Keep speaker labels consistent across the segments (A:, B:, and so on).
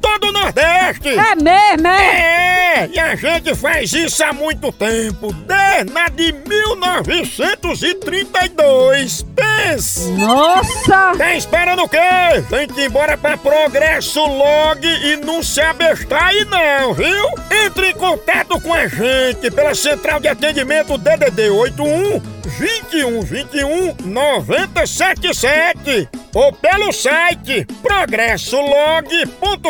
A: todo o Nordeste!
B: É mesmo, é?
A: É, e a gente faz isso há muito tempo, desde a de 1932, pensa!
B: Nossa!
A: Tá esperando o quê? Tem que ir embora pra Progresso Log e não se abestar aí não, viu? Entre em contato com a gente pela central de atendimento DDD 81 2121 9077 ou pelo site progressolog.com.br.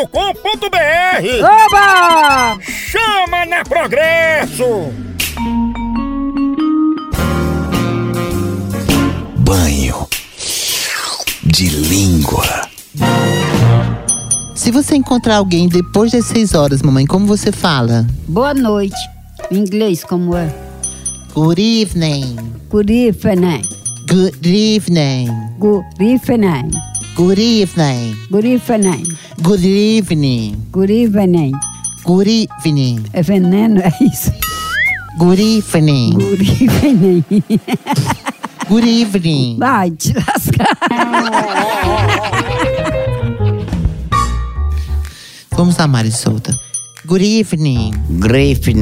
B: Oba!
A: Chama na Progresso!
C: Banho de língua.
D: Se você encontrar alguém depois das seis horas, mamãe, como você fala?
E: Boa noite. Em inglês, como é?
D: Good evening.
E: Good evening.
D: Good evening.
E: Good evening.
D: Good evening.
E: Good evening.
D: Good evening.
E: Good evening.
D: Good evening.
E: É veneno, é isso?
D: Good evening.
E: Good evening.
D: Good evening.
E: Vai te lascar.
D: Vamos lá, Mari Solta. Good evening.
F: Griffin,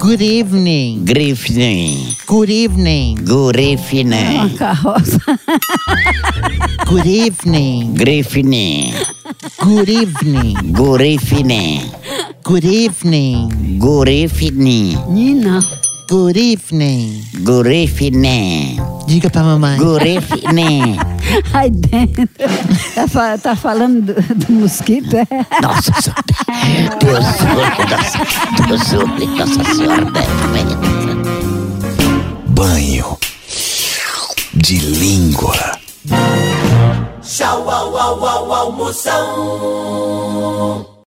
D: Good evening.
F: Griffin,
D: Good evening.
F: Griffin,
E: Uma carroça.
D: Good evening.
F: Griffin,
D: Good evening.
F: Griffin,
D: Good evening.
F: Griffin,
E: Nina.
D: Good evening.
F: Griffin,
D: Diga pra mamãe.
F: Griffin.
E: Aí dentro. Tá, fa- tá falando do, do mosquito, é?
F: Nossa Senhora, Deus olhe, nossa, Deus olhe, Nossa Senhora, né?
C: Banho de língua.
G: Tchau, au, au, au, almoção.